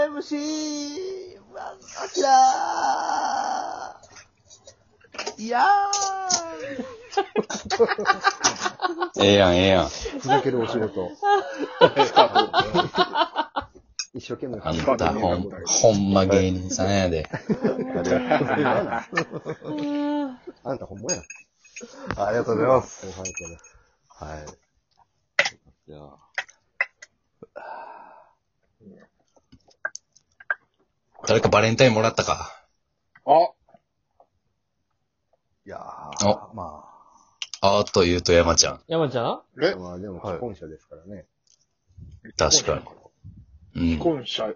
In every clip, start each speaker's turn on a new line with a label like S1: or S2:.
S1: OMC! まあきらーいやー
S2: ええやん、ええやん。
S3: 続けるお仕事。一生懸命
S2: あ
S3: 働
S2: んた、ほん、ほんま芸人さんやで。
S3: あんたほんまや。
S4: ありがとうございます。
S3: 後輩
S4: は
S3: や
S4: い。じゃあ。
S2: 誰かバレンタインもらったか。
S5: あ
S4: いや
S2: お
S4: ー、ま
S2: あーと言うと山ちゃん。
S6: 山ちゃん
S3: け
S5: え
S3: ど。まあでも、
S4: はい
S3: 既婚者ですからね。
S2: 確かに。
S5: 既
S2: うん。
S5: 婚者、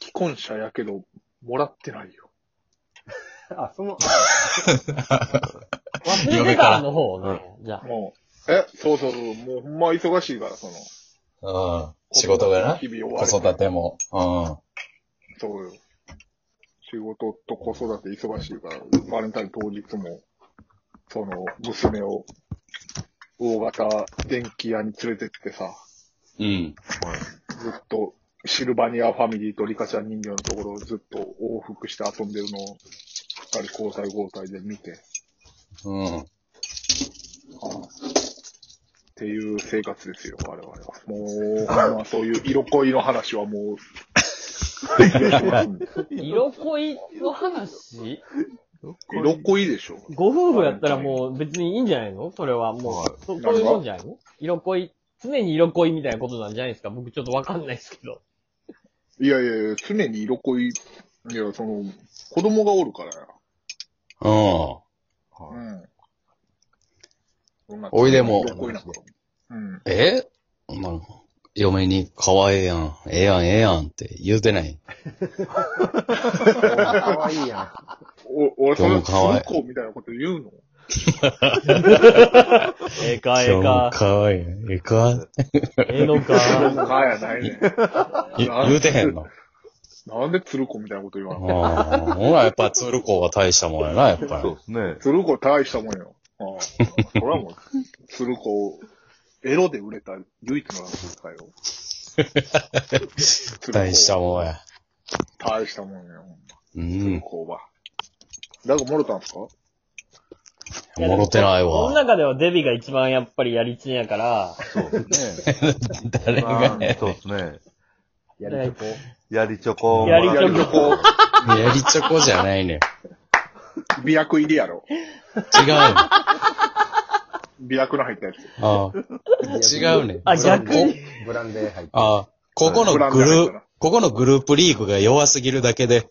S5: 既婚者やけど、もらってないよ。
S3: あ、その、
S6: 忘れ
S2: 嫁
S6: て
S2: から
S6: たの方ね。じゃあ。
S5: もう、え、そうそうそう、もうほんま忙しいから、その。
S2: うん。仕事がな
S5: 日。々終わる。
S2: 子育ても。う
S5: そうよ。仕事と子育て忙しいから、バレンタイン当日も、その、娘を、大型電気屋に連れてってさ、
S2: ん。うん。
S5: ずっと、シルバニアファミリーとリカちゃん人形のところをずっと往復して遊んでるのを、二人交代交代で見て、っ
S2: うん。
S5: ていう生活ですよ、我々は。もう、ほんまそういう色恋の話はもう、
S6: 色恋の話
S5: 色恋でしょ。
S6: ご夫婦やったらもう別にいいんじゃないのそれはも、
S4: はいう
S6: そそういうもんじゃないの色恋、常に色恋みたいなことなんじゃないですか僕ちょっとわかんないですけど。
S5: いやいやいや、常に色恋、いや、その、子供がおるからや。
S2: うん。
S4: あ、
S5: うん。
S2: おいでも
S5: 色恋なことうん。
S2: えまあ、嫁に可愛いやん、ええやん、ええやんって言うてない。
S3: 可愛いや
S5: お俺、そ
S2: 今日
S5: れ、
S2: も可愛い
S5: する子みたいなこと言うの
S6: ええか、ええか、
S2: 可愛いね。ええか
S6: ええの
S5: そ
S6: か。
S5: うかやないね。
S2: 言言うてへんの。
S5: なんで鶴子みたいなこと言わんの
S2: ああ、ほら、やっぱ、鶴子は大したもんやな、やっぱ
S4: そう
S2: り。
S4: ですね。
S5: 鶴子大したもんよ。ああ。それはもう、鶴子、エロで売れた唯一の落語家よ。鶴 子
S2: 大したもんや。
S5: 大したもんよ。
S2: う
S5: 鶴
S2: ん。
S5: 子は。だから、もろたんすか
S2: もろてない
S6: この
S2: わ。
S6: 中ではデビが一番やっぱりやりちんやから、
S4: そうですね。
S2: 誰がや
S4: ま
S2: ね
S4: あそうですね。
S3: ん。やりとこ。
S4: やりチョコ。
S6: やりチョコ
S5: こ
S2: ん やりチョコじゃないねん。違
S5: う、美薬入りやろ。
S2: うねん。あ
S5: 美薬の入ったやつ。
S2: あ、違うねん。
S6: あ、逆に。
S3: ブランデー入って。
S2: ああ、ここの
S5: ブランド
S2: グル
S5: 入っ
S2: ー
S5: たな
S2: ここのグループリーグが弱すぎるだけで、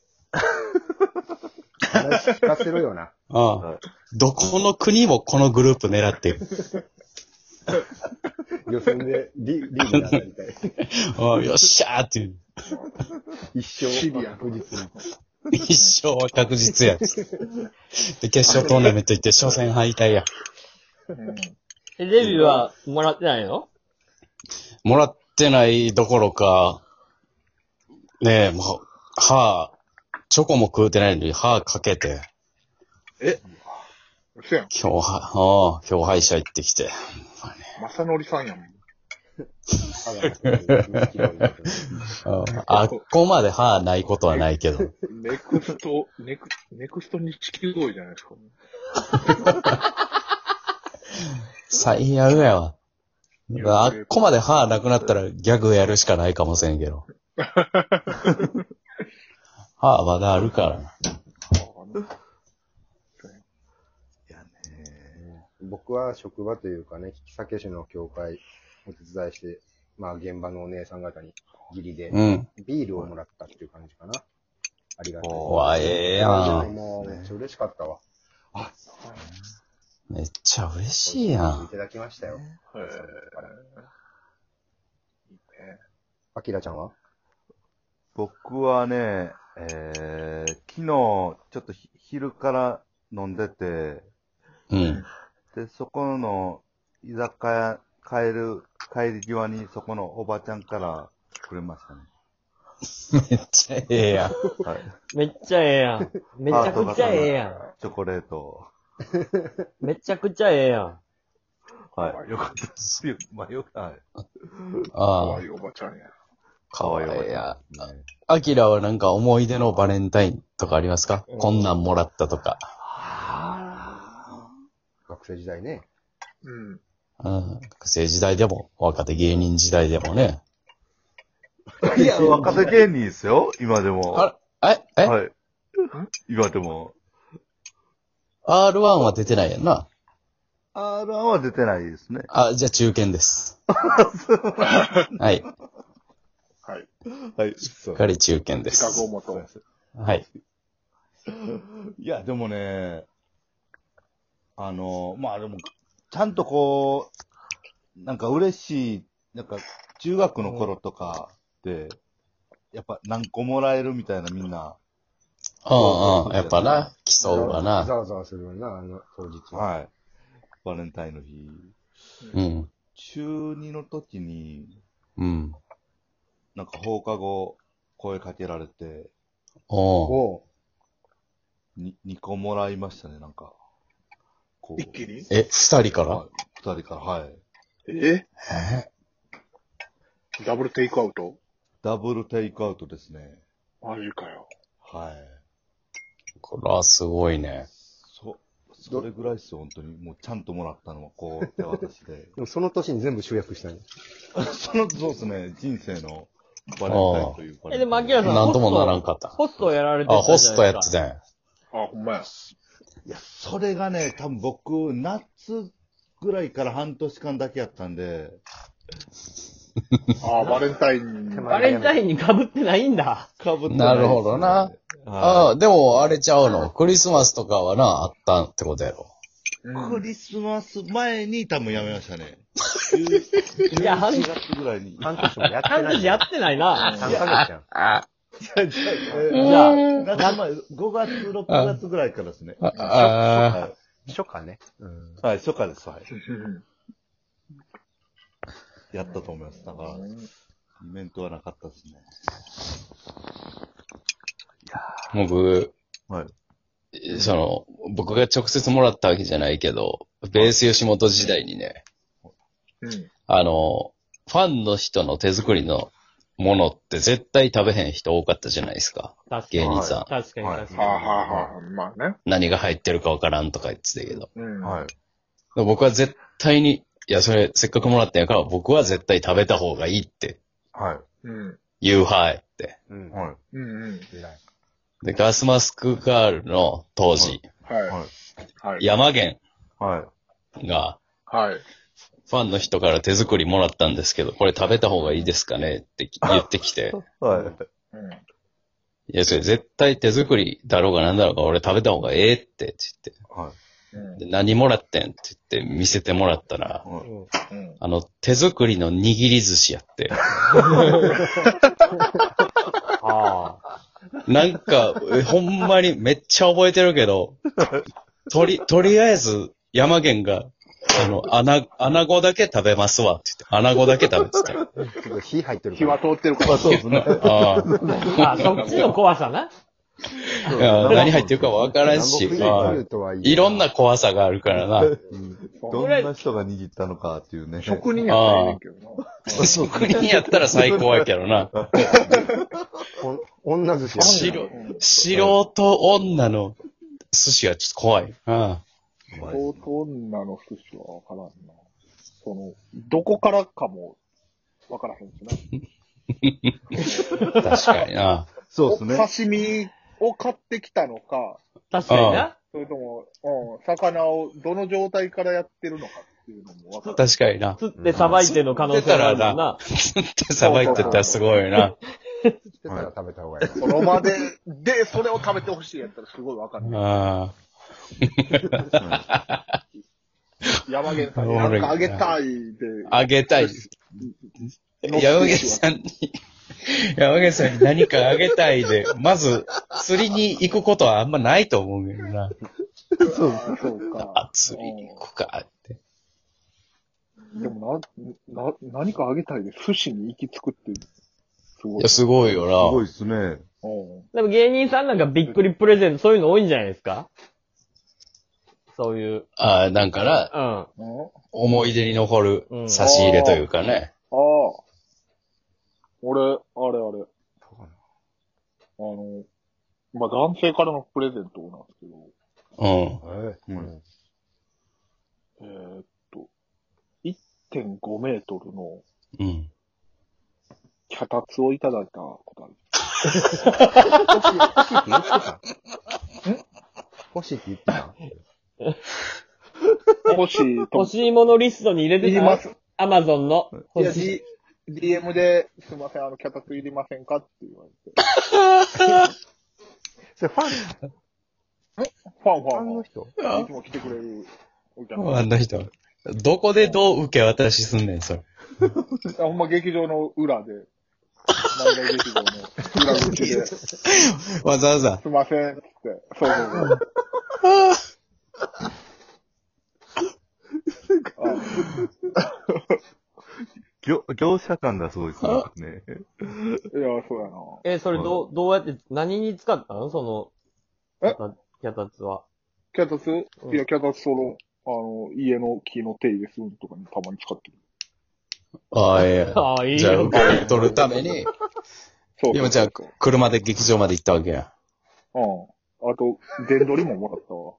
S3: 話聞かせろよな。
S2: ああ、どこの国もこのグループ狙ってる。
S3: 予選でリリーグになるみたい。
S2: ああよっしゃーっていう。
S3: 一生
S5: シビア
S3: 確実に。
S2: 一生は確実や。で、決勝トーナメント行って、初戦敗退や。
S5: うん。
S6: えデビはもらってないの
S2: もらってないどころか、ねえ、もう、歯、チョコも食うてないのに歯かけて、
S5: せやん。
S2: 今日、ああ、今日歯医者行ってきて。
S5: 正則さんやもん。
S3: 歯が2キロになる
S2: あああっこまで歯ないことはないけど。
S5: ネクスト、ネク、ネクストに地球合じゃないですか。
S2: 最悪やわ。あっこまで歯なくなったらギャグやるしかないかもしれんけど。歯まだあるからな。
S3: 僕は職場というかね、引き酒師の協会お手伝いして、まあ現場のお姉さん方に義理で
S2: うん。
S3: ビールをもらったっていう感じかな。ありがとう。
S4: お
S2: わ、ええやん。
S3: もうめっちゃ嬉しかったわ。
S2: めっちゃ嬉しいや
S3: い
S2: ん。
S3: ただきましたよ。
S5: へえ
S3: あきらちゃんは
S4: 僕はね、えー、昨日、ちょっとひ昼から飲んでて、
S2: うん。
S4: で、そこの居酒屋帰る、帰り際にそこのおばちゃんからくれましたね。
S2: めっちゃええやん。
S4: はい。
S6: めっちゃええやん。めちゃくちゃええや
S4: チョコレート。
S6: ん。めちゃくちゃええやん。
S4: はい。よかったですよ。まあよかった。はい。
S2: ああ
S5: 可愛いおばちゃんや。
S2: かわいい。や、
S4: ね
S2: アキラはなんか思い出のバレンタインとかありますか、
S5: うん
S2: こんなんもらったとか。
S3: 学生時代ね。
S5: うん。
S2: うん。学生時代でも、若手芸人時代でもね。
S4: いや、若手芸人ですよ、今でも。
S2: あれ、え、え、
S4: はい。今でも。
S2: ?R1 は出てないやんな。
S4: R1 は出てないですね。
S2: あ、じゃあ中堅です。はい。し
S5: はい。
S4: はい。そ
S2: っかり中堅で
S5: 自覚を
S2: す。
S5: 持とう。
S2: はい。
S4: いや、でもね、あの、まあでも、ちゃんとこう、なんか嬉しい、なんか中学の頃とかって、やっぱ何個もらえるみたいなみんな、
S2: うんうん。やっぱな、競うわ
S3: ざ
S2: な。
S3: わざわするよな、あの、当日は。
S4: はい。バレンタインの日。
S2: うん。
S4: 中2の時に、
S2: うん。
S4: なんか放課後、声かけられて、
S2: おう
S3: おう。
S4: に2個もらいましたね、なんか。 こう
S5: 一気に
S2: え、二人から
S4: はい二人から、はい。
S5: え
S2: え
S5: ダブルテイクアウト
S4: ダブルテイクアウトですね。
S5: マジかよ。
S4: はい。
S2: これはすごいね。
S4: そ、それぐらいですよ、本当に。もうちゃんともらったのは、こう、手渡しで
S3: でもその年に全部集約したんや
S4: その、そうですね、人生のバレンタインというか。
S6: え、でも、アキラさん、
S2: なんともならんかった
S6: ホストをやられて
S2: あ、ホストやってた
S6: よ。
S2: んや。
S5: あ、ほん まや。
S4: いや、それがね、多分僕、夏ぐらいから半年間だけやったんで、
S5: あ、バレンタイン。
S6: バレンタインに被ってないんだ。
S4: かぶって
S2: なるほどなあ
S4: あ
S2: あ、でもあれちゃうの。クリスマスとかはな、あったってことやろ。
S5: うん
S4: クリスマス前に多分やめましたね。10
S6: いや半
S4: 11月ぐらいに。
S3: 半年もやってない。
S6: 半年やってないな。
S3: 3ヶ月やん。
S4: じゃあ、夏前、5月、6月ぐらいからですね。
S2: ああ
S4: は
S3: 初夏ね。うん。
S4: い、はい、初夏です。はい。
S5: うん
S4: やったと思います。だから、イベントはなかったですね。
S2: ー、僕、
S4: はい。
S2: その、僕が直接もらったわけじゃないけど、ベース吉本時代にね、
S5: うん。
S2: あの、ファンの人の手作りのものって絶対食べへん人多かったじゃないですか。
S6: 確か
S2: 芸
S6: に。
S2: 人さん。
S6: 確かに、確か
S5: はあ、はあはあ、まあね。
S2: 何が入ってるかわからんとか言ってたけど。
S5: うん。
S4: はい。
S2: 僕は絶対に、いや、それせっかくもらったんやから、僕は絶対食べた方がいいって
S4: はい。
S5: うん。
S2: 言う派やって。
S3: うん。
S4: はい。
S5: うんうん。
S3: 偉い。
S2: で、ガスマスクガールの当時、
S5: は
S4: はい。
S5: い。はい。
S2: 山源
S4: はい。
S2: が、
S5: はい。
S2: ファンの人から手作りもらったんですけど、これ食べた方がいいですかねって言ってき て、
S4: はい。
S5: うん。
S2: いや、それ絶対手作りだろうが何だろうが俺食べた方がええってって言っ
S4: はい。
S5: うん
S2: て、で何もらってんって言って見せてもらったら、
S4: はい。
S5: うん。
S2: あの、手作りの握り寿司やって。
S3: ああ。
S2: なんか、えほんまにめっちゃ覚えてるけど、とり、とりあえず山源が、あの、穴、穴子だけ食べますわって言って、穴子だけ食べてたよ。
S3: ちょっと火入ってるか
S5: 火は
S3: ら。
S5: 通ってるから。
S4: そうですね。
S2: ああ。
S6: に。あ、そっちの怖さな。
S2: いや何入ってるかわからんし、まあ
S3: 南国とはいえ
S2: いろんな。怖さがあるからな。
S3: うん
S4: どんな人が握ったのかっていうね。
S5: 職人やったらいいねんけどな。
S2: 職人やったら最高やけどな。
S3: お女寿司やん
S2: 素人素人女の寿司はちょっと怖い。うん。
S4: は
S5: 相
S4: い。
S5: 当女の人しかわからんな。その、どこからかもわからへんしな。
S2: 確かにな。
S4: そうですね。
S5: お刺身を買ってきたのか、
S6: 確かにな。
S5: それとも、うん、魚をどの状態からやってるのかっていうのもわからん。
S2: 確かにな。
S6: 釣ってさばいての可能性があるもんな。
S2: ってさばいてたらすごいな。
S3: だから食べた方がいい。
S5: その場で、で、それを食べてほしいやったらすごいわかんない。
S2: あ
S5: 山源さんになんかあげたいで、
S2: あ。あげたい。山毛さんに、山毛さんに何かあげたいで、まず釣りに行くことはあんまないと思うけどな。
S5: そうそ
S2: あ
S5: うか、。
S2: 釣りに行くかって。
S5: でもな、な、何かあげたいで寿司に行き着くって、すご
S2: い
S5: い
S2: や、。すごいよ
S4: すご
S2: な。
S4: いですね。
S5: うん
S6: でも芸人さんなんかびっくりプレゼント、そういうの多いんじゃないですかそういう。
S2: ああ、なんかな、
S6: うん。あ
S5: うん
S2: 思い出に残る
S6: うん
S2: 差し入れというかね。
S5: ああ。俺、あれあれ、
S3: そうかな。
S5: あの、まあ、男性からのプレゼントなんですけど、
S2: うん。
S3: ええ
S4: うん
S3: うん
S5: えーっと、1.5メートルの
S2: うん。
S5: 脚立をいただいたことある。
S3: 欲しいって言ってた
S5: 欲しいと
S6: 欲しいものリストに入れてた
S5: 言います。
S6: アマゾンの
S5: いや、
S6: 欲しい。
S5: D、DM で、すいません、あの、脚立いりませんかって言われて。
S3: それファ
S5: ファン
S3: ン、
S5: フ
S3: ファンの
S5: ァ
S3: 人
S5: ン、いつも来てくれるお客
S2: あの人。どこでどう受け渡しすんねん、それ。
S5: さん。ほんま劇場の裏で、漫才劇場の裏口 で、す
S2: わざわざ。
S5: いません、つって。そうそうそう。あ
S4: 業業者感がすごいですね。
S5: いや、そうやな。
S6: え、それどう、どうやって、何に使ったのその、
S5: え
S6: 脚脚立は。
S5: 脚立
S6: うん
S5: いや、脚立その、あの、家の木の手入れするのとかにたまに使ってる。
S2: ああ、いや。
S6: ああ、いい
S2: じゃあ、
S6: よ
S2: 受。け取るために、
S5: そう
S2: 今じゃあ、車で劇場まで行ったわけや。
S5: うん。あと、電取りももらったわ。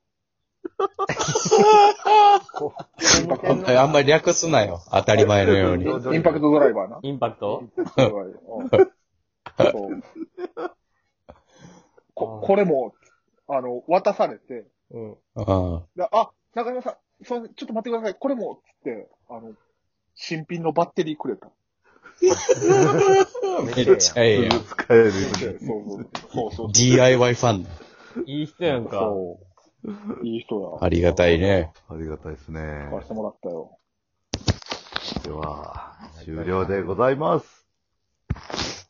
S2: あんまり略すなよ。当たり前のように。
S5: インパクトドライバーな。
S6: インパク
S5: う
S6: ト
S5: んそう ここれも、あの、渡されて、
S6: うん。
S2: うん。
S5: であ、中山さん、すいません、ちょっと待ってください。これも、つって、あの、新品のバッテリーくれた。
S2: めっちゃええやん。
S4: 使える。
S5: そうそう。そうそう。
S2: DIY ファン。
S6: いい 人やんか。
S5: そう。いい人や。
S2: ありがたいね。
S4: ありがたいですね。
S5: 使わせてもらったよ。
S4: では、終了でございます。